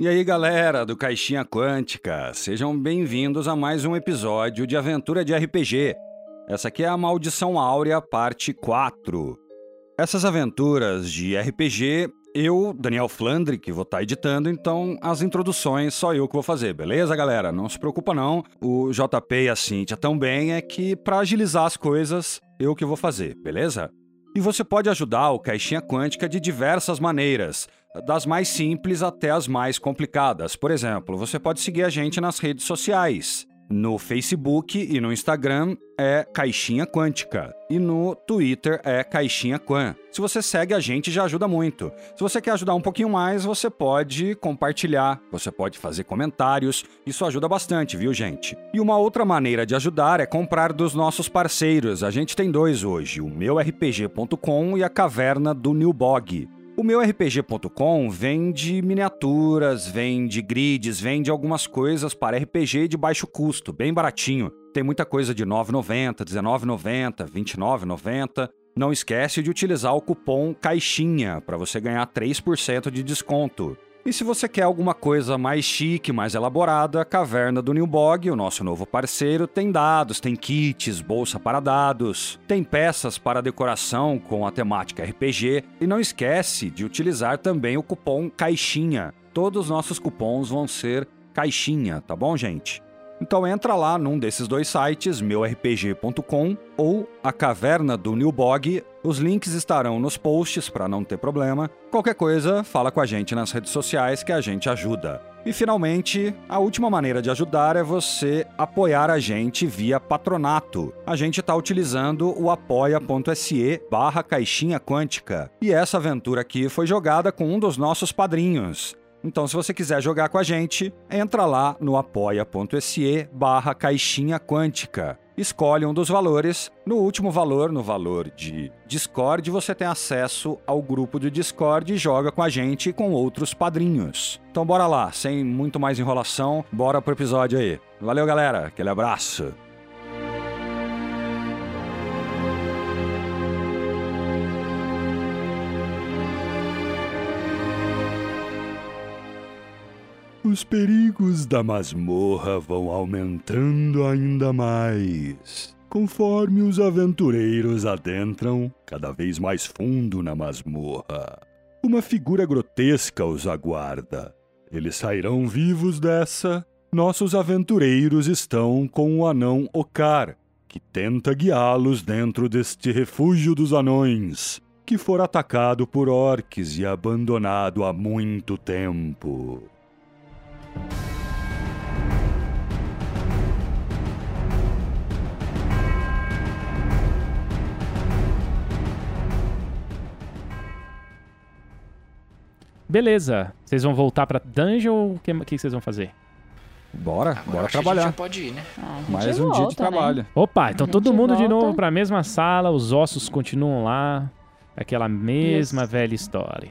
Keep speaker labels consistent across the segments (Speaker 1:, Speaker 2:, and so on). Speaker 1: E aí, galera do Caixinha Quântica, sejam bem-vindos a mais um episódio de Aventura de RPG. Essa aqui é a Maldição Áurea, parte 4. Essas aventuras de RPG, eu, Daniel Flandre, que vou estar editando, então as introduções só eu que vou fazer, beleza, galera? Não se preocupa não, o JP e a Cintia também, é que para agilizar as coisas, eu que vou fazer, beleza? E você pode ajudar o Caixinha Quântica de diversas maneiras, das mais simples até as mais complicadas. Por exemplo, você pode seguir a gente nas redes sociais. No Facebook e no Instagram é Caixinha Quântica. E no Twitter é Caixinha Quan. Se você segue a gente, já ajuda muito. Se você quer ajudar um pouquinho mais, você pode compartilhar, você pode fazer comentários. Isso ajuda bastante, viu, gente? E uma outra maneira de ajudar é comprar dos nossos parceiros. A gente tem dois hoje: o meuRPG.com e a Caverna do Nilbog. O meu RPG.com vende miniaturas, vende grids, vende algumas coisas para RPG de baixo custo, bem baratinho. Tem muita coisa de R$ 9,90, R$19,90, R$ 29,90. Não esquece de utilizar o cupom CAIXINHA para você ganhar 3% de desconto. E se você quer alguma coisa mais chique, mais elaborada, a Caverna do Nilbog, o nosso novo parceiro, tem dados, tem kits, bolsa para dados, tem peças para decoração com a temática RPG. E não esquece de utilizar também o cupom CAIXINHA. Todos os nossos cupons vão ser CAIXINHA, tá bom, gente? Então entra lá num desses dois sites, meuRPG.com ou a Caverna do Nilbog. Os links estarão nos posts para não ter problema. Qualquer coisa, fala com a gente nas redes sociais que a gente ajuda. E finalmente, a última maneira de ajudar é você apoiar a gente via patronato. A gente está utilizando o apoia.se barra caixinha quântica. E essa aventura aqui foi jogada com um dos nossos padrinhos. Então, se você quiser jogar com a gente, entra lá no apoia.se barra caixinha quântica. Escolhe um dos valores. No último valor, no valor de Discord, você tem acesso ao grupo do Discord e joga com a gente e com outros padrinhos. Então bora lá, sem muito mais enrolação, bora pro episódio aí. Valeu, galera. Aquele abraço. Os perigos da masmorra vão aumentando ainda mais. Conforme os aventureiros adentram cada vez mais fundo na masmorra, uma figura grotesca os aguarda. Eles sairão vivos dessa. Nossos aventureiros estão com o anão Okar, que tenta guiá-los dentro deste refúgio dos anões, que fora atacado por orques e abandonado há muito tempo.
Speaker 2: Beleza. Vocês vão voltar pra dungeon ou o que, o que vocês vão fazer?
Speaker 1: Bora,
Speaker 3: Agora
Speaker 1: bora
Speaker 3: acho que A
Speaker 1: trabalhar.
Speaker 3: gente já pode ir, né?
Speaker 4: Ah, a gente
Speaker 1: Mais um dia de
Speaker 4: volta, né?
Speaker 1: trabalho.
Speaker 2: Opa, então
Speaker 4: A
Speaker 2: todo
Speaker 4: gente
Speaker 2: mundo de novo
Speaker 4: volta.
Speaker 2: pra mesma sala, os ossos continuam lá. Aquela mesma velha história.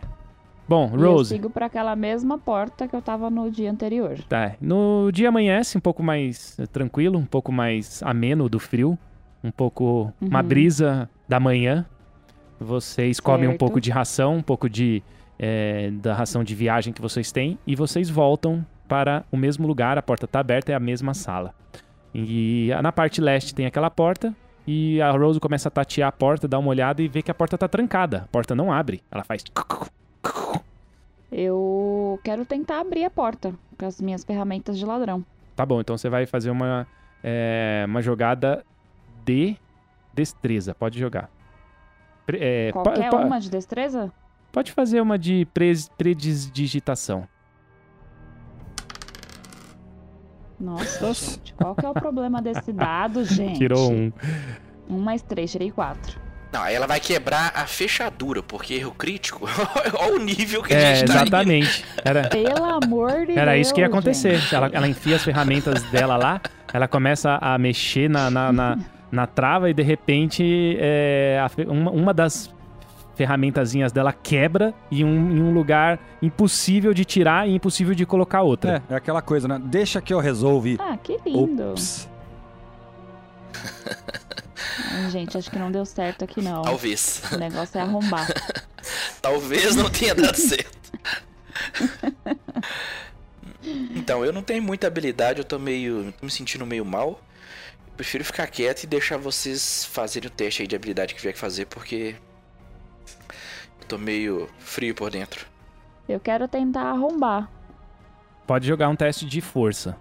Speaker 2: Bom,
Speaker 4: E eu
Speaker 2: Rose,
Speaker 4: sigo pra aquela mesma porta que eu tava no dia anterior.
Speaker 2: tá. No dia amanhece, um pouco mais eh, tranquilo, um pouco mais ameno do frio. Um pouco. Uma
Speaker 4: Uhum.
Speaker 2: brisa da manhã. Vocês comem um
Speaker 4: Certo.
Speaker 2: pouco de ração, um pouco de. eh, da ração de viagem que vocês têm. E vocês voltam para o mesmo lugar. A porta tá aberta, é a mesma sala. E ah, na parte leste tem aquela porta. E a Rose começa a tatear a porta, dá uma olhada e vê que a porta tá trancada. A porta não abre. Ela faz.
Speaker 4: Eu quero tentar abrir a porta com as minhas ferramentas de ladrão.
Speaker 2: Tá bom, então você vai fazer uma, é, uma jogada de destreza. Pode jogar. Pre- é, po-
Speaker 4: Qualquer
Speaker 2: po-
Speaker 4: uma de destreza?
Speaker 2: Pode fazer uma de pres- predesdigitação.
Speaker 4: Nossa, gente. Qual que é o problema desse dado, gente?
Speaker 2: Tirou um.
Speaker 4: Um mais três, tirei quatro.
Speaker 3: Não, aí ela vai quebrar a fechadura, porque erro crítico. Olha o nível que a
Speaker 2: É,
Speaker 3: gente tá indo.
Speaker 2: exatamente. Era,
Speaker 4: Pelo amor de Deus.
Speaker 2: era isso que ia acontecer.
Speaker 4: gente.
Speaker 2: Ela, ela enfia as ferramentas dela lá, ela começa a mexer na, na, na, na trava e de repente é, a fe- uma, uma das ferramentazinhas dela quebra em um, em um lugar impossível de tirar e impossível de colocar outra.
Speaker 1: É, é aquela coisa, né? Deixa que eu resolvi.
Speaker 4: Ah, que lindo.
Speaker 1: Ops.
Speaker 4: Ai, Gente, acho que não deu certo aqui, não.
Speaker 3: Talvez.
Speaker 4: O negócio é arrombar.
Speaker 3: Talvez não tenha dado certo. Então, eu não tenho muita habilidade, eu tô meio. tô me sentindo meio mal. Eu prefiro ficar quieto e deixar vocês fazerem o teste aí de habilidade que tiver que fazer, porque. Eu tô meio frio por dentro.
Speaker 4: Eu quero tentar arrombar.
Speaker 2: Pode jogar um teste de força.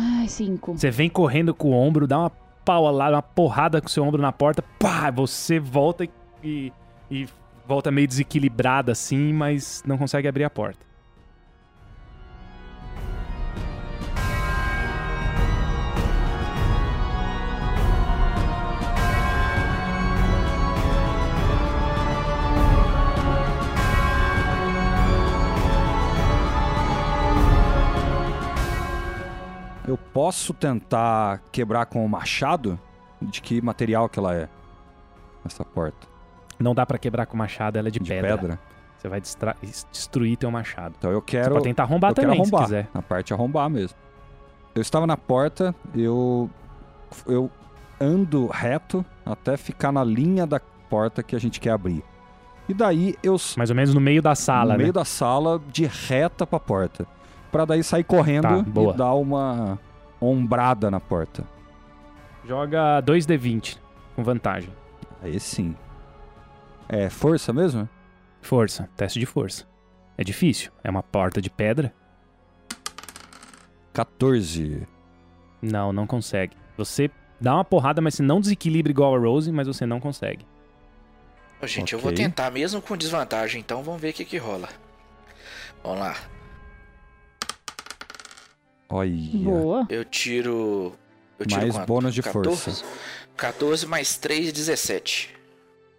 Speaker 4: Ai, cinco.
Speaker 2: Você vem correndo com o ombro, dá uma pau lá, uma porrada com o seu ombro na porta, pá, você volta e- e, e volta meio desequilibrada assim, mas não consegue abrir a porta.
Speaker 1: Eu posso tentar quebrar com o machado? De que material que ela é? Essa porta.
Speaker 2: Não dá pra quebrar com machado, ela é de,
Speaker 1: De
Speaker 2: pedra.
Speaker 1: pedra?
Speaker 2: Você vai destra- destruir teu machado.
Speaker 1: Então eu
Speaker 2: Você
Speaker 1: quero.
Speaker 2: pode tentar arrombar
Speaker 1: eu quero
Speaker 2: também,
Speaker 1: arrombar.
Speaker 2: se quiser.
Speaker 1: Na parte arrombar mesmo. Eu estava na porta, eu. Eu ando reto até ficar na linha da porta que a gente quer abrir. E daí eu s-
Speaker 2: Mais ou menos no meio da sala,
Speaker 1: no meio
Speaker 2: né?
Speaker 1: da sala, de reta pra porta. Pra daí sair correndo
Speaker 2: Tá, boa.
Speaker 1: e dar uma ombrada na porta.
Speaker 2: né? Joga 2d20 com vantagem.
Speaker 1: Aí sim. É força mesmo?
Speaker 2: Força, teste de força. É difícil, é uma porta de pedra.
Speaker 1: 14.
Speaker 2: Não, não consegue. Você dá uma porrada, mas você não desequilibra igual a Rose, mas você não consegue.
Speaker 3: Ó, Gente, eu vou
Speaker 1: Ok.
Speaker 3: tentar mesmo com desvantagem, então vamos ver o que que rola. Vamos lá.
Speaker 1: Olha.
Speaker 4: Boa.
Speaker 3: Eu tiro. Eu tiro
Speaker 1: Mais
Speaker 3: quanto?
Speaker 1: bônus de
Speaker 3: 14?
Speaker 1: força.
Speaker 3: 14 mais 3, 17.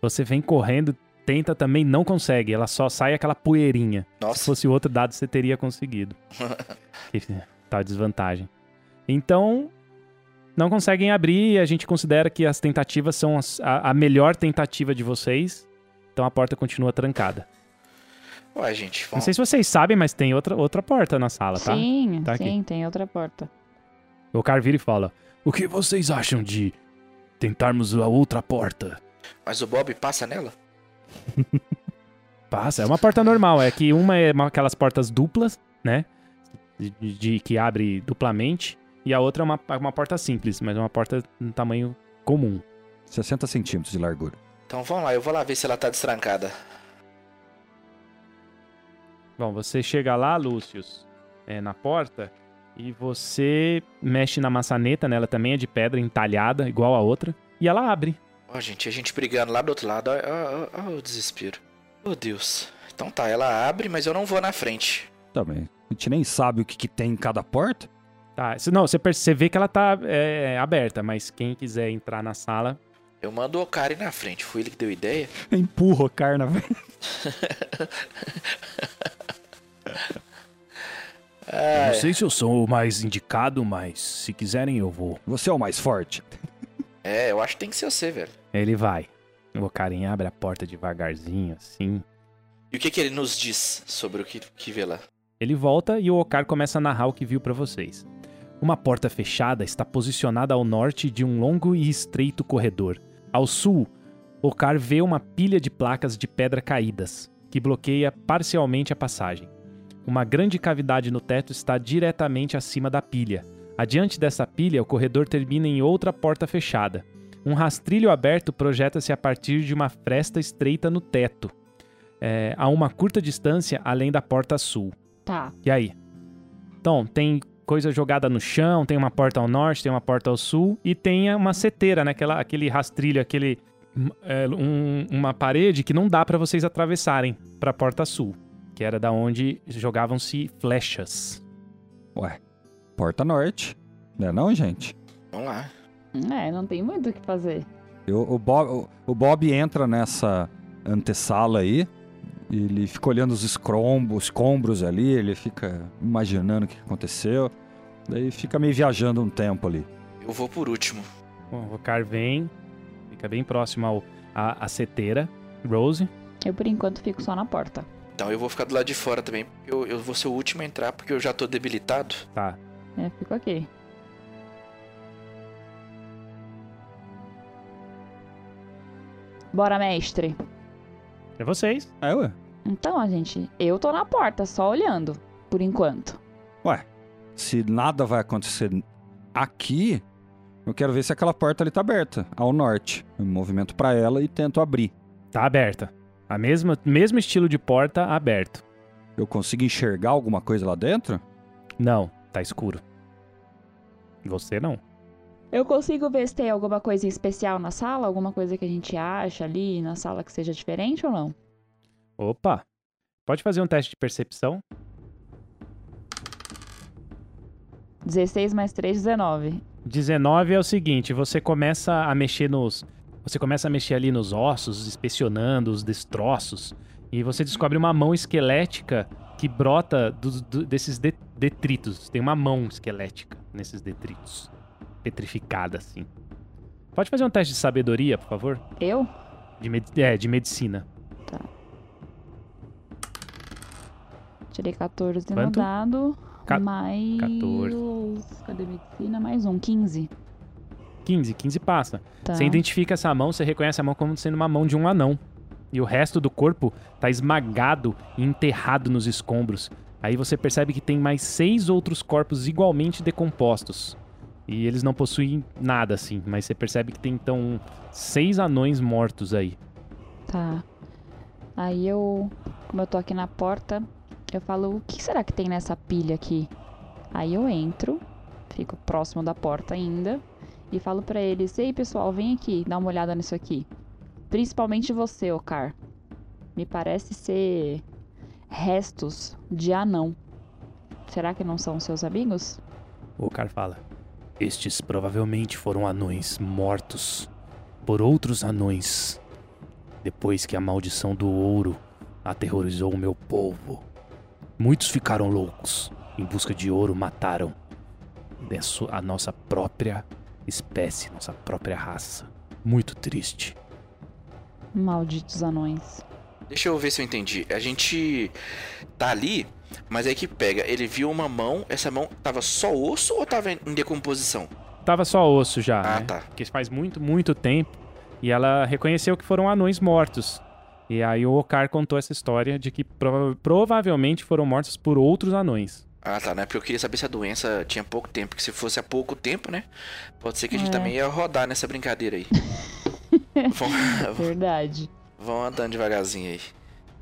Speaker 2: Você vem correndo, tenta também, não consegue. Ela só sai aquela poeirinha. Se
Speaker 3: Nossa,
Speaker 2: fosse outro dado, você teria conseguido. Que tá desvantagem. Então, não conseguem abrir e a gente considera que as tentativas são as- a, a melhor tentativa de vocês. Então a porta continua trancada.
Speaker 3: ué, gente,
Speaker 2: Não
Speaker 3: vamos.
Speaker 2: sei se vocês sabem, mas tem outra, outra porta na sala, tá?
Speaker 4: Sim,
Speaker 2: Tá aqui.
Speaker 4: sim, tem outra porta.
Speaker 2: O cara vira e fala: O que vocês acham de tentarmos a outra porta?
Speaker 3: Mas o Bob passa nela?
Speaker 2: Passa, é uma porta normal, é que uma é uma- aquelas portas duplas, né? De, de- que abre duplamente, e a outra é uma, uma porta simples, mas é uma porta no tamanho comum.
Speaker 1: 60 centímetros de largura.
Speaker 3: Então vamos lá, eu vou lá ver se ela tá destrancada.
Speaker 2: Bom, você chega lá, Lúcius, é, na porta, e você mexe na maçaneta, né? Ela também é de pedra entalhada, igual a outra, e ela abre.
Speaker 3: Ó, gente, a gente brigando lá do outro lado. Ó, ó, ó, ó o desespero. Oh, Deus. Então tá, ela abre, mas eu não vou na frente.
Speaker 1: Também. Tá A gente nem sabe o que, que tem em cada porta.
Speaker 2: Tá, cê- não, você, perce- você vê que ela tá é, aberta, mas quem quiser entrar na sala
Speaker 3: Eu mando o Okari na frente. Foi ele que deu ideia?
Speaker 1: Empurra o cara na frente.
Speaker 2: Não sei se É. eu sou o mais indicado, mas se quiserem eu vou.
Speaker 1: Você é o mais forte.
Speaker 3: É, eu acho que tem que ser você, velho.
Speaker 2: Ele vai. O carinha abre a porta devagarzinho, assim.
Speaker 3: E o que que ele nos diz sobre o que, que vê lá?
Speaker 2: Ele volta e o Okar começa a narrar o que viu pra vocês. Uma porta fechada está posicionada ao norte de um longo e estreito corredor. Ao sul, Okar vê uma pilha de placas de pedra caídas, que bloqueia parcialmente a passagem. Uma grande cavidade no teto está diretamente acima da pilha. Adiante dessa pilha, o corredor termina em outra porta fechada. Um rastrilho aberto projeta-se a partir de uma fresta estreita no teto, eh, a uma curta distância além da porta sul.
Speaker 4: Tá.
Speaker 2: E aí? Então, tem coisa jogada no chão, tem uma porta ao norte, tem uma porta ao sul e tem uma seteira, né? Aquela, aquele rastrilho, aquele hum, é, um- uma parede que não dá pra vocês atravessarem pra porta sul, que era da onde jogavam-se flechas.
Speaker 1: Ué, porta norte. Não é não, gente?
Speaker 3: Vamos lá.
Speaker 4: É, não tem muito o que fazer.
Speaker 1: Eu- o, Bob, o, o Bob entra nessa antessala aí. e Ele fica olhando os escombros, escombros ali. Ele fica imaginando o que aconteceu. Daí fica meio viajando um tempo ali.
Speaker 3: Eu vou por último.
Speaker 2: Bom, o Rocar vem, fica bem próximo ao à, à seteira. Rose,
Speaker 4: Eu, por enquanto, fico só na porta.
Speaker 3: Então eu vou ficar do lado de fora também. Eu, eu vou ser o último a entrar porque eu já tô debilitado.
Speaker 2: tá.
Speaker 4: É, fico aqui. Bora, mestre.
Speaker 2: É vocês.
Speaker 1: É, ué.
Speaker 4: Então, gente, eu tô na porta, só olhando, por enquanto.
Speaker 1: Ué, se nada vai acontecer aqui, eu quero ver se aquela porta ali tá aberta, ao norte. Eu me movimento pra ela e tento abrir.
Speaker 2: Tá aberta. A mesma mesmo estilo de porta aberto.
Speaker 1: Eu consigo enxergar alguma coisa lá dentro?
Speaker 2: Não, tá escuro. Você não.
Speaker 4: Eu consigo ver se tem alguma coisa em especial na sala, alguma coisa que a gente acha ali na sala que seja diferente ou não?
Speaker 2: Opa. Pode fazer um teste de percepção?
Speaker 4: 16 mais 3, 19.
Speaker 2: 19 é o seguinte, você começa a mexer nos você começa a mexer ali nos ossos, inspecionando os destroços, e você descobre uma mão esquelética que brota dos- do- desses de- detritos. Tem uma mão esquelética nesses detritos, petrificada assim. Pode fazer um teste de sabedoria, por favor?
Speaker 4: Eu?
Speaker 2: De medi- é, de medicina.
Speaker 4: Tirei 14
Speaker 2: Quanto?
Speaker 4: no dado.
Speaker 2: Ca-
Speaker 4: mais.
Speaker 2: 14.
Speaker 4: Cadê medicina? Mais um, 15.
Speaker 2: 15, 15 passa.
Speaker 4: Tá.
Speaker 2: Você identifica essa mão, você reconhece a mão como sendo uma mão de um anão. E o resto do corpo tá esmagado e enterrado nos escombros. Aí você percebe que tem mais seis outros corpos igualmente decompostos. E eles não possuem nada assim, mas você percebe que tem então seis anões mortos aí.
Speaker 4: Tá. Aí eu, como eu tô aqui na porta, eu falo, o que será que tem nessa pilha aqui? Aí eu entro, fico próximo da porta ainda, e falo pra eles, ei pessoal, vem aqui, dá uma olhada nisso aqui. Principalmente você, Ocar. Me parece ser restos de anão. Será que não são seus amigos?
Speaker 2: O cara fala: Estes provavelmente foram anões mortos por outros anões, depois que a maldição do ouro aterrorizou o meu povo. Muitos ficaram loucos. Em busca de ouro, mataram a su- a nossa própria espécie, nossa própria raça. Muito triste.
Speaker 4: Malditos anões.
Speaker 3: Deixa eu ver se eu entendi. A gente tá ali, mas aí que pega. Ele viu uma mão, essa mão tava só osso ou tava em decomposição?
Speaker 2: Tava só osso já.
Speaker 3: Ah,
Speaker 2: né?
Speaker 3: tá.
Speaker 2: Porque faz muito, muito tempo. E ela reconheceu que foram anões mortos. E aí o Ocar contou essa história de que prova- provavelmente foram mortos por outros anões.
Speaker 3: Ah, tá, né? Porque eu queria saber se a doença tinha pouco tempo. Porque se fosse há pouco tempo, né? Pode ser que a gente
Speaker 4: É.
Speaker 3: também ia rodar nessa brincadeira aí. vão,
Speaker 4: Verdade.
Speaker 3: vão andando devagarzinho aí.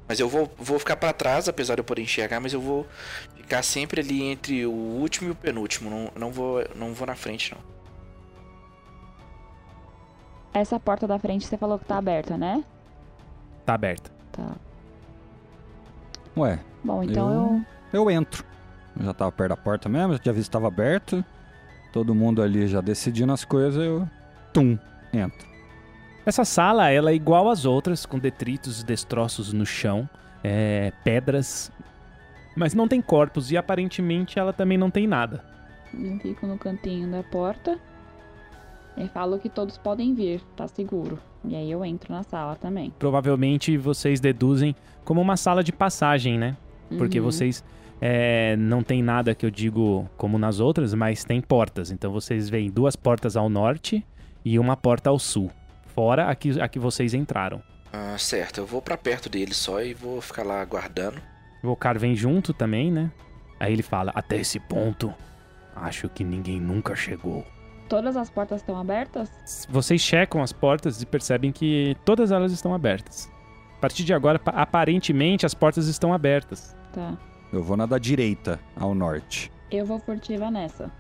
Speaker 3: Mas eu vou, vou ficar pra trás, apesar de eu poder enxergar, mas eu vou ficar sempre ali entre o último e o penúltimo. Não, não, vou, não vou na frente, não.
Speaker 4: Essa porta da frente você falou que tá aberta, né?
Speaker 2: Tá aberta.
Speaker 4: Tá.
Speaker 1: Ué,
Speaker 4: Bom, então
Speaker 1: Eu- eu
Speaker 4: eu...
Speaker 1: entro. Eu já tava perto da porta mesmo, já vi se tava aberto. Todo mundo ali já decidindo as coisas, eu. Tum, entro.
Speaker 2: Essa sala, ela é igual às outras, com detritos e destroços no chão, é, pedras, mas não tem corpos e aparentemente ela também não tem nada.
Speaker 4: Eu fico no cantinho da porta e falo que todos podem vir, tá seguro. E aí eu entro na sala também.
Speaker 2: Provavelmente vocês deduzem como uma sala de passagem, né? Porque
Speaker 4: Uhum.
Speaker 2: vocês é, não tem nada que eu digo como nas outras, mas tem portas. Então vocês veem duas portas ao norte e uma porta ao sul. Fora a que, a que vocês entraram.
Speaker 3: Ah, certo, eu vou pra perto dele só e vou ficar lá aguardando.
Speaker 2: O Ocar vem junto também, né? Aí ele fala: Até esse ponto, acho que ninguém nunca chegou.
Speaker 4: Todas as portas estão abertas?
Speaker 2: Vocês checam as portas e percebem que todas elas estão abertas. A partir de agora, pa- aparentemente, as portas estão abertas.
Speaker 4: Tá.
Speaker 1: Eu vou na da direita, ao norte.
Speaker 4: Eu vou furtiva nessa.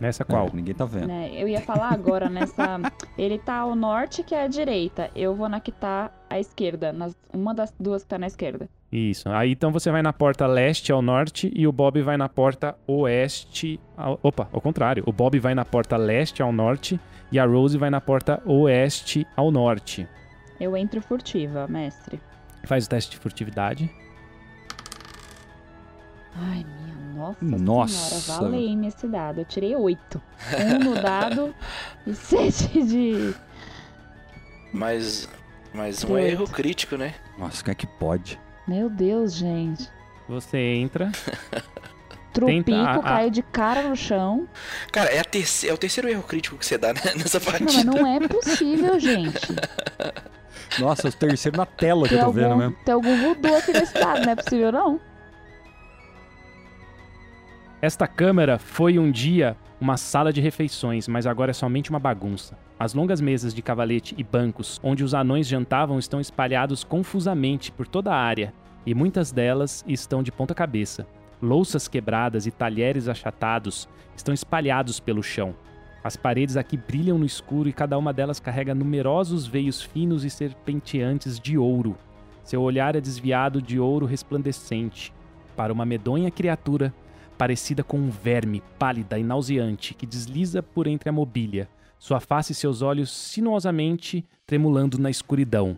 Speaker 2: Nessa qual?
Speaker 1: É, ninguém tá vendo.
Speaker 4: Né? Eu ia falar agora nessa. Ele tá ao norte, que é a direita. Eu vou na que tá à esquerda. nas- Uma das duas que tá na esquerda.
Speaker 2: Isso. Aí então você vai na porta leste ao norte e o Bob vai na porta oeste. Ao... Opa, ao contrário. O Bob vai na porta leste ao norte e a Rose vai na porta oeste ao norte.
Speaker 4: Eu entro furtiva, mestre.
Speaker 2: Faz o teste de furtividade.
Speaker 4: Ai, minha nossa,
Speaker 1: Nossa.
Speaker 4: senhora, valei-me esse dado. Eu tirei oito. Um no dado e sete de.
Speaker 3: Mas, mas um
Speaker 4: Oito.
Speaker 3: erro crítico, né?
Speaker 1: Nossa, como é que pode?
Speaker 4: Meu Deus, gente.
Speaker 2: Você entra.
Speaker 4: Trupico,
Speaker 2: Tenta- a- a-
Speaker 4: caiu de cara no chão.
Speaker 3: Cara, é, a terce- é o terceiro erro crítico que você dá né, nessa
Speaker 4: Não, mas
Speaker 3: partida.
Speaker 4: não é possível, gente.
Speaker 1: Nossa, o terceiro na tela que
Speaker 4: Tem
Speaker 1: eu tô vendo né?
Speaker 4: algum,
Speaker 1: mesmo.
Speaker 4: tem algum voodoo aqui nesse lado, não é possível não.
Speaker 2: Esta câmara foi um dia uma sala de refeições, mas agora é somente uma bagunça. As longas mesas de cavalete e bancos onde os anões jantavam estão espalhados confusamente por toda a área, e muitas delas estão de ponta cabeça. Louças quebradas e talheres achatados estão espalhados pelo chão. As paredes aqui brilham no escuro e cada uma delas carrega numerosos veios finos e serpenteantes de ouro. Seu olhar é desviado de ouro resplandecente para uma medonha criatura parecida com um verme, pálida e nauseante, que desliza por entre a mobília, sua face e seus olhos sinuosamente tremulando na escuridão.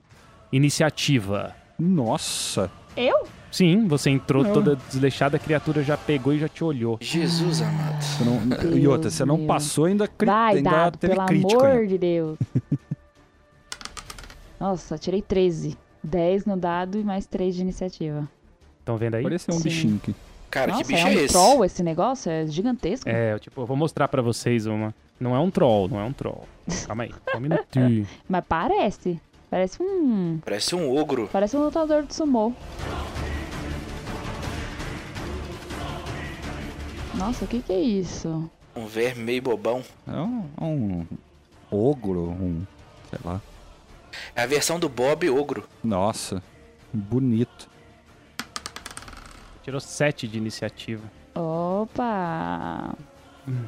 Speaker 2: Iniciativa.
Speaker 1: Nossa.
Speaker 4: Eu?
Speaker 2: Sim, você entrou
Speaker 1: Não.
Speaker 2: toda desleixada, a criatura já pegou e já te olhou.
Speaker 3: Jesus amado.
Speaker 1: Você não...
Speaker 4: Deus
Speaker 1: E outra, você não
Speaker 4: meu.
Speaker 1: passou ainda, cri...
Speaker 4: Vai,
Speaker 1: ainda
Speaker 4: dado,
Speaker 1: teve né?
Speaker 4: pelo
Speaker 1: crítico.
Speaker 4: amor
Speaker 1: ainda.
Speaker 2: né?
Speaker 4: de Deus. Nossa, tirei 13. 10 no dado e mais 3 de iniciativa.
Speaker 2: Estão vendo aí?
Speaker 1: Pareceu um
Speaker 4: Sim.
Speaker 1: bichinho aqui.
Speaker 3: Cara,
Speaker 4: Nossa,
Speaker 3: que bicho
Speaker 4: é
Speaker 3: é,
Speaker 4: um
Speaker 3: esse?
Speaker 4: troll esse negócio? É gigantesco.
Speaker 2: É, tipo, eu vou mostrar pra vocês uma. Não é um troll, não é um troll. Calma aí, só um minutinho.
Speaker 4: Mas parece. Parece um.
Speaker 3: Parece um ogro.
Speaker 4: Parece um lutador de sumô. Nossa, o que que é isso?
Speaker 3: Um verme meio bobão.
Speaker 1: É um, é um ogro, um. sei lá.
Speaker 3: É a versão do Bob ogro.
Speaker 1: Nossa, bonito.
Speaker 2: Tirou 7 de iniciativa.
Speaker 4: Opa!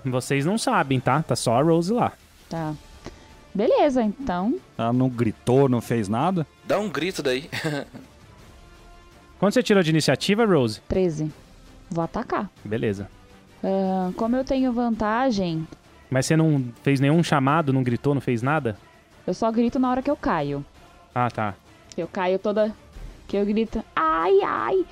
Speaker 2: Vocês não sabem, tá? Tá só a Rose lá.
Speaker 4: Tá. Beleza, então.
Speaker 1: Ela Ah, não gritou, não fez nada?
Speaker 3: Dá um grito daí.
Speaker 2: Quando você tirou de iniciativa, Rose?
Speaker 4: 13. Vou atacar.
Speaker 2: Beleza.
Speaker 4: Ah, como eu tenho vantagem,
Speaker 2: Mas você não fez nenhum chamado, não gritou, não fez nada?
Speaker 4: eu só grito na hora que eu caio.
Speaker 2: Ah, tá.
Speaker 4: Eu caio toda. Que eu grito. Ai, ai!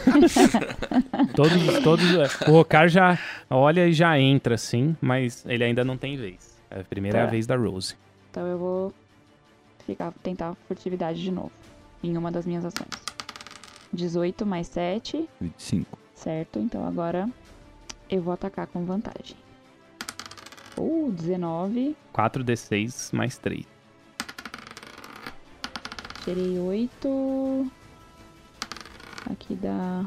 Speaker 2: Todos, todos. é. O Rokar já olha e já entra, sim, mas ele ainda não tem vez. É a primeira
Speaker 4: Tá.
Speaker 2: vez da Rose.
Speaker 4: Então eu vou ficar, tentar furtividade de novo. Em uma das minhas ações. 18 mais 7,
Speaker 1: 25.
Speaker 4: certo? Então agora eu vou atacar com vantagem. Uh, 19.
Speaker 2: 4d6 mais 3.
Speaker 4: Tirei 8. Aqui dá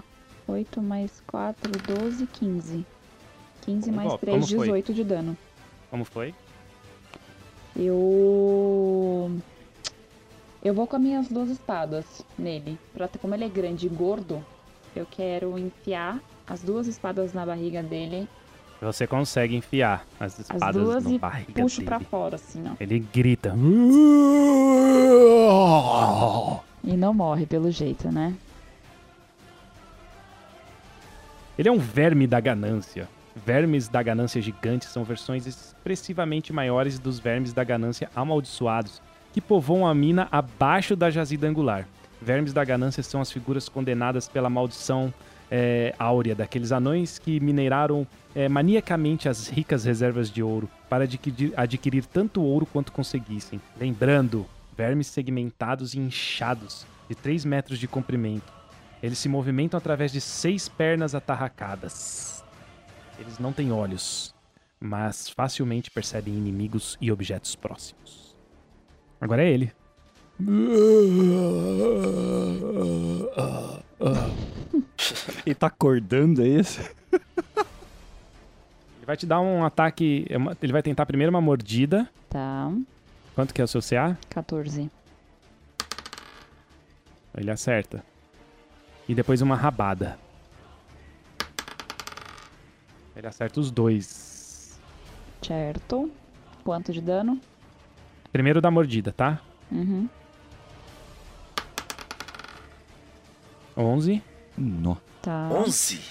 Speaker 4: 8 mais 4, 12, 15. 15 mais
Speaker 2: Ó,
Speaker 4: 3,
Speaker 2: como foi?
Speaker 4: 18 de dano.
Speaker 2: Como foi?
Speaker 4: Eu. Eu vou com as minhas duas espadas nele. Pra, como ele é grande e gordo, eu quero enfiar as duas espadas na barriga dele,
Speaker 2: Você consegue enfiar as espadas
Speaker 4: duas
Speaker 2: no
Speaker 4: e
Speaker 2: barriga
Speaker 4: puxo
Speaker 2: dele.
Speaker 4: pra fora, assim, ó.
Speaker 2: Ele grita.
Speaker 4: E não morre, pelo jeito, né?
Speaker 2: Ele é um verme da ganância. Vermes da ganância gigantes são versões expressivamente maiores dos vermes da ganância amaldiçoados, que povoam a mina abaixo da jazida angular. Vermes da ganância são as figuras condenadas pela maldição é, áurea daqueles anões que mineraram é, maniacamente as ricas reservas de ouro para adquirir, adquirir tanto ouro quanto conseguissem. Lembrando, vermes segmentados e inchados, de 3 metros de comprimento. Eles se movimentam através de seis pernas atarracadas. Eles não têm olhos, mas facilmente percebem inimigos e objetos próximos. Agora é ele.
Speaker 1: Ele tá acordando, é isso?
Speaker 2: Ele vai te dar um ataque. é uma- Ele vai tentar primeiro uma mordida.
Speaker 4: Tá.
Speaker 2: Quanto que é o seu CA?
Speaker 4: 14.
Speaker 2: Ele acerta. E depois uma rabada. Ele acerta os dois.
Speaker 4: Certo. Quanto de dano?
Speaker 2: Primeiro da mordida, tá?
Speaker 4: Uhum.
Speaker 2: 11.
Speaker 1: Não.
Speaker 4: Tá.
Speaker 3: 11?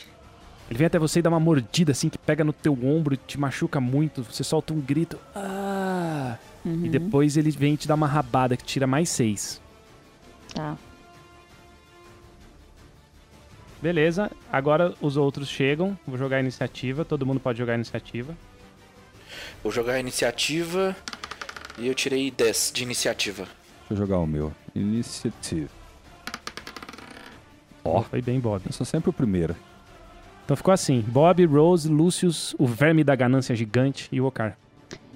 Speaker 2: Ele vem até você e dá uma mordida assim que pega no teu ombro e te machuca muito. Você solta um grito. Ah!
Speaker 4: Uhum.
Speaker 2: E depois ele vem te dar uma rabada que tira mais seis.
Speaker 4: Tá.
Speaker 2: Beleza, agora os outros chegam. Vou jogar a iniciativa. Todo mundo pode jogar a iniciativa.
Speaker 3: Vou jogar a iniciativa. E eu tirei 10 de iniciativa.
Speaker 1: Deixa eu jogar o meu. Iniciativa.
Speaker 2: Ó. Foi bem, Bob.
Speaker 1: Eu sou sempre o primeiro.
Speaker 2: Então ficou assim: Bob, Rose, Lucius, o verme da ganância gigante e o Ocar.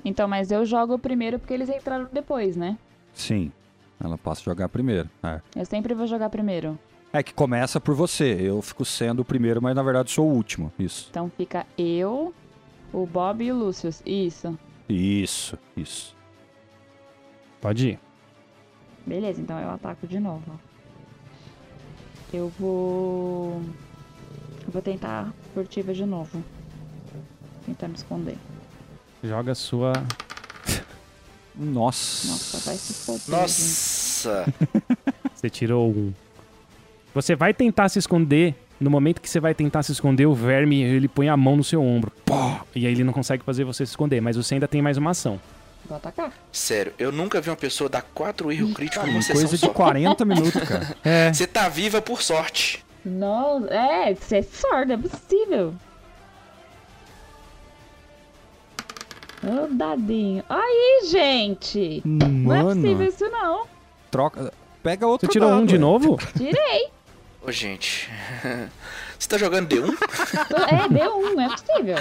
Speaker 4: Então, mas eu jogo primeiro porque eles entraram depois, né?
Speaker 1: Sim. Ela passa a jogar primeiro. É.
Speaker 4: Eu sempre vou jogar primeiro.
Speaker 1: É que começa por você. Eu fico sendo o primeiro, mas na verdade sou o último. Isso.
Speaker 4: Então fica eu, o Bob e o Lúcio. Isso.
Speaker 1: Isso. Isso.
Speaker 2: Pode ir.
Speaker 4: Beleza, então eu ataco de novo. Eu vou. Eu vou tentar furtiva de novo. Tentar me esconder.
Speaker 2: Joga sua.
Speaker 1: Nossa.
Speaker 4: Nossa, vai se foder. gente.
Speaker 3: Nossa!
Speaker 2: Você tirou um. Você vai tentar se esconder. No momento que você vai tentar se esconder, o verme ele põe a mão no seu ombro. Pó! E aí ele não consegue fazer você se esconder, mas você ainda tem mais uma ação.
Speaker 4: Vou atacar.
Speaker 3: Sério, eu nunca vi uma pessoa dar quatro erros críticos numa sessão
Speaker 1: Coisa de
Speaker 3: só.
Speaker 1: 40 minutos, cara.
Speaker 2: É.
Speaker 3: Você tá viva por sorte.
Speaker 4: Não, é, você é sorda, é possível. Ô, dadinho. Aí, gente! Não é possível
Speaker 1: Mano,
Speaker 4: isso, não.
Speaker 1: troca. Pega outro
Speaker 2: Você tirou um
Speaker 1: dado,
Speaker 2: de
Speaker 1: é.
Speaker 2: novo?
Speaker 4: Tirei.
Speaker 3: Ô, gente. Você tá jogando D1?
Speaker 4: Tô- É, deu um, não é possível.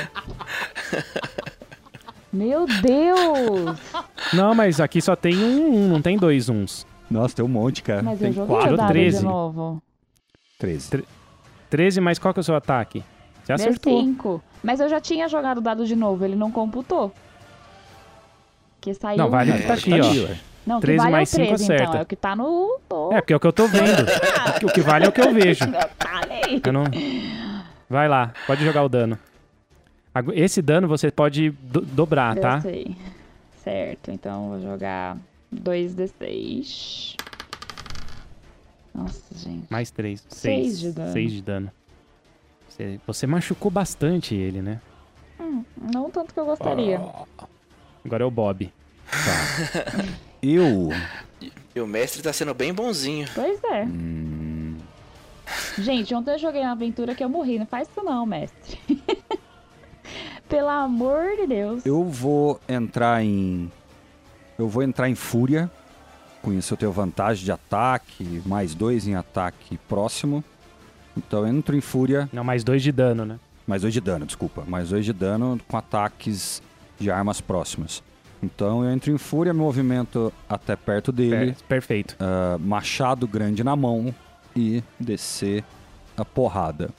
Speaker 4: Meu Deus!
Speaker 2: Não, mas aqui só tem um, um, não tem dois uns.
Speaker 1: Nossa, tem um monte, cara.
Speaker 4: Mas
Speaker 1: tem
Speaker 4: eu joguei
Speaker 1: quatro,
Speaker 4: o dado
Speaker 2: 13.
Speaker 4: de novo.
Speaker 1: 13.
Speaker 2: 13, mas qual que é o seu ataque? Você
Speaker 4: Deu
Speaker 2: acertou.
Speaker 4: cinco. Mas eu já tinha jogado o dado de novo, ele não computou. Que saiu. um.
Speaker 2: Não, vale o que tá
Speaker 3: É,
Speaker 2: aqui,
Speaker 1: Tá
Speaker 2: ó.
Speaker 1: ali, ué.
Speaker 4: Não, que
Speaker 2: 13
Speaker 4: vale é o
Speaker 2: mais cinco
Speaker 4: 13, então.
Speaker 2: acerta.
Speaker 4: É o que tá no. no-
Speaker 2: É, porque é o que eu tô vendo. O que- o que vale é o que eu vejo.
Speaker 4: Falei.
Speaker 2: Eu não- Vai lá, pode jogar o dano. Agu- Esse dano você pode do-
Speaker 1: Ah,
Speaker 2: dobrar,
Speaker 4: Eu
Speaker 2: tá?
Speaker 4: sei. Certo, então eu vou jogar 2d6. Nossa, gente.
Speaker 2: Mais três.
Speaker 4: Seis
Speaker 2: Seis,
Speaker 4: de dano.
Speaker 2: Seis de dano. Você, você machucou bastante ele, né?
Speaker 4: Não tanto que eu gostaria.
Speaker 2: Agora é o Bob.
Speaker 1: Eu.
Speaker 3: E o mestre tá sendo bem bonzinho.
Speaker 4: Pois é.
Speaker 1: hum,
Speaker 4: Gente, ontem eu joguei uma aventura que eu morri. Não faz isso não, mestre. Pelo amor de Deus.
Speaker 1: Eu vou entrar em. Eu vou entrar em fúria. Com isso eu tenho vantagem de ataque, mais dois em ataque próximo. Então eu entro em fúria,
Speaker 2: Não, mais dois de dano, né?
Speaker 1: mais dois de dano, desculpa. Mais dois de dano com ataques de armas próximas. Então eu entro em fúria, me movimento até perto dele,
Speaker 2: Per- perfeito.
Speaker 1: ah, machado grande na mão e descer a porrada.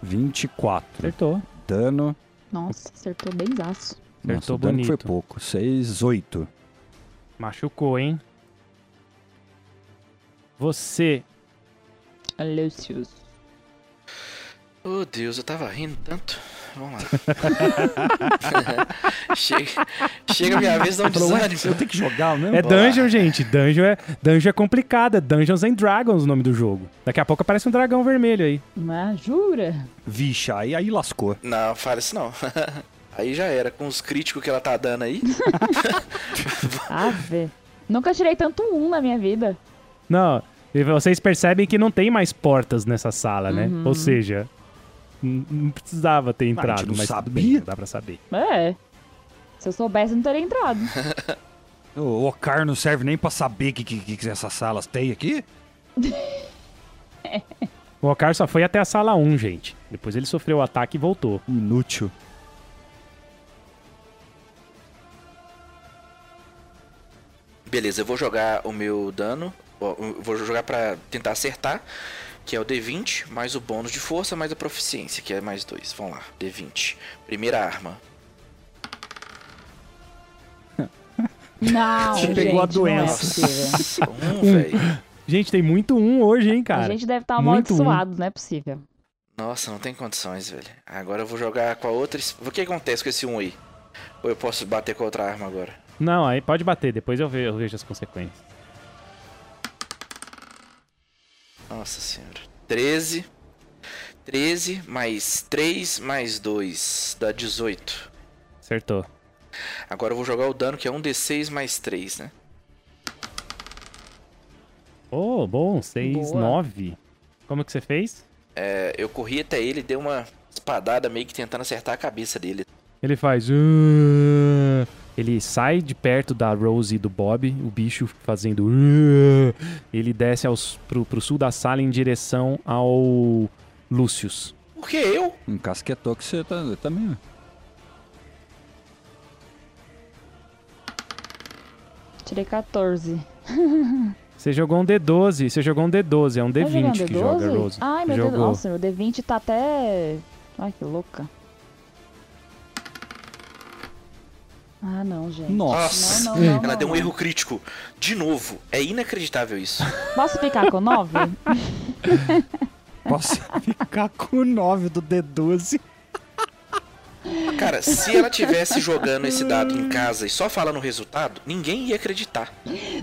Speaker 1: 24.
Speaker 2: Acertou.
Speaker 1: Dano
Speaker 4: Nossa, acertou bem zaço.
Speaker 1: Nossa,
Speaker 2: Acertou
Speaker 1: o dano que foi
Speaker 2: bonito.
Speaker 1: pouco. 6, 8.
Speaker 2: Machucou, hein? Você.
Speaker 4: Lucius.
Speaker 3: Oh, Deus, eu tava rindo tanto. Vamos lá. chega, chega a minha vez, dá um desânimo.
Speaker 1: tenho que jogar, né?
Speaker 2: É
Speaker 3: Vamos lá.
Speaker 2: dungeon, gente. Dungeon é, dungeon é complicado. É Dungeons and Dragons o nome do jogo. Daqui a pouco aparece um dragão vermelho aí.
Speaker 4: Mas jura?
Speaker 1: Vixe, aí, aí lascou.
Speaker 3: Não, fala isso não. Aí já era, com os críticos que ela tá dando aí.
Speaker 4: Ave. Nunca tirei tanto um na minha vida.
Speaker 2: Não, e vocês percebem que não tem mais portas nessa sala, né?
Speaker 4: Uhum.
Speaker 2: Ou seja, n- não precisava ter
Speaker 1: não
Speaker 2: entrado, mas tudo
Speaker 1: sabia.
Speaker 2: bem, não dá pra saber.
Speaker 4: É. Se eu soubesse, eu não teria entrado.
Speaker 1: O Ocar não serve nem pra saber o que, que, que essas salas tem aqui.
Speaker 2: O Ocar só foi até a sala 1, gente. Depois ele sofreu o ataque e voltou.
Speaker 1: Inútil.
Speaker 3: Beleza, eu vou jogar o meu dano. ó, eu Vou jogar pra tentar acertar. Que é o D20, mais o bônus de força, mais a proficiência, que é mais dois. Vamos lá, D20. Primeira arma.
Speaker 4: Não,
Speaker 1: Você
Speaker 4: gente,
Speaker 1: pegou a
Speaker 4: Não
Speaker 1: doença.
Speaker 4: é possível.
Speaker 3: Um, velho.
Speaker 2: Gente, tem muito um hoje, hein,
Speaker 4: a
Speaker 2: cara?
Speaker 4: gente deve estar
Speaker 2: muito um.
Speaker 4: amaldiçoado, não é possível.
Speaker 3: Nossa, não tem condições, velho. Agora eu vou jogar com a outra. es- O que acontece com esse um aí? Ou eu posso bater com a outra arma agora?
Speaker 2: Não, aí pode bater, depois eu ve- eu vejo as consequências.
Speaker 3: Nossa senhora. 13. 13 mais 3 mais 2 dá 18.
Speaker 2: Acertou.
Speaker 3: Agora eu vou jogar o dano que é 1d6 mais 3, né?
Speaker 2: Oh, bom, 6,
Speaker 4: Boa.
Speaker 2: 9. Como que você fez?
Speaker 3: É, eu corri até ele e dei uma espadada meio que tentando acertar a cabeça dele.
Speaker 2: Ele faz. "Ah". Ele sai de perto da Rose e do Bob, o bicho fazendo. "Ah". Ele desce aos, pro, pro sul da sala em direção ao Lucius.
Speaker 3: Por que eu?
Speaker 1: Encasquetou Um que né? você tá, também.
Speaker 4: Tirei 14.
Speaker 2: Você jogou um D12, você jogou um D12, é um
Speaker 4: Ah, joguei um
Speaker 2: D20 que joga,
Speaker 4: D12?
Speaker 2: Rose.
Speaker 4: Ai, meu Deus.
Speaker 2: Jogou.
Speaker 4: Nossa, meu D20 tá até. Ai, que louca. Ah, não, gente.
Speaker 1: Nossa.
Speaker 4: Não, não, não,
Speaker 3: Ela
Speaker 4: não,
Speaker 3: deu um
Speaker 4: não.
Speaker 3: erro crítico. De novo, é inacreditável isso.
Speaker 4: Posso ficar com 9?
Speaker 5: Posso ficar com o 9 do D12.
Speaker 3: Cara, se ela tivesse jogando esse dado em casa e só falando o resultado, ninguém ia acreditar.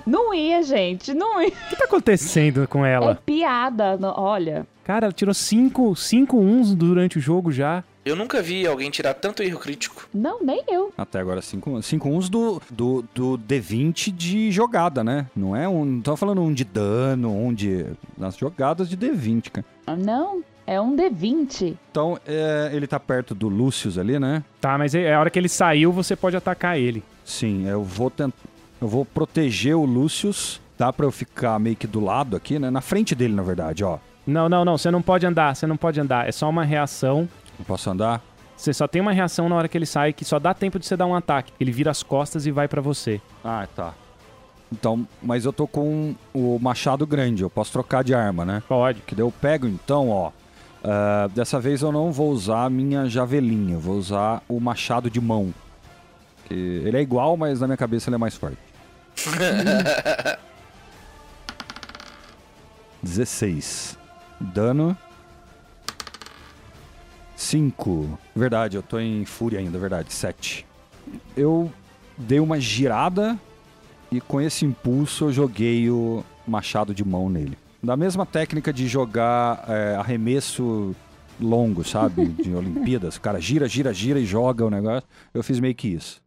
Speaker 4: não ia, gente. Não ia.
Speaker 2: O que tá acontecendo com
Speaker 4: É
Speaker 2: ela?
Speaker 4: piada. no- Olha.
Speaker 2: Cara, ela tirou 5 cinco, uns durante o jogo já.
Speaker 3: Eu nunca vi alguém tirar tanto erro crítico.
Speaker 4: Não, nem eu.
Speaker 1: Até agora, 5 cinco, uns do, do, do D20 de jogada, né? Não é um. Não tava falando um de dano, um de. Nas jogadas de D20, cara.
Speaker 4: Não. É um D20.
Speaker 1: Então, é, ele tá perto do Lúcius ali, né?
Speaker 2: Tá, mas é a hora que ele saiu, você pode atacar ele.
Speaker 1: Sim, eu vou tentar. Eu vou proteger o Lúcius. Dá pra eu ficar meio que do lado aqui, né? Na frente dele, na verdade, ó.
Speaker 2: Não, não, não, você não pode andar, você não pode andar. É só uma reação.
Speaker 1: Eu posso andar?
Speaker 2: Você só tem uma reação na hora que ele sai, que só dá tempo de você dar um ataque. Ele vira as costas e vai pra você.
Speaker 1: Ah, tá. Então, mas eu tô com o machado grande, eu posso trocar de arma, né?
Speaker 2: Pode.
Speaker 1: Que daí eu pego então, ó. ah, dessa vez eu não vou usar a minha javelinha, eu vou usar o machado de mão. Que ele é igual, mas na minha cabeça ele é mais forte. 16. Dano. 5. Verdade, eu tô em fúria ainda, verdade. 7. Eu dei uma girada e com esse impulso eu joguei o machado de mão nele. Da mesma técnica de jogar é, arremesso longo, sabe? De Olimpíadas. O cara gira, gira, gira e joga o negócio. Eu fiz meio que isso.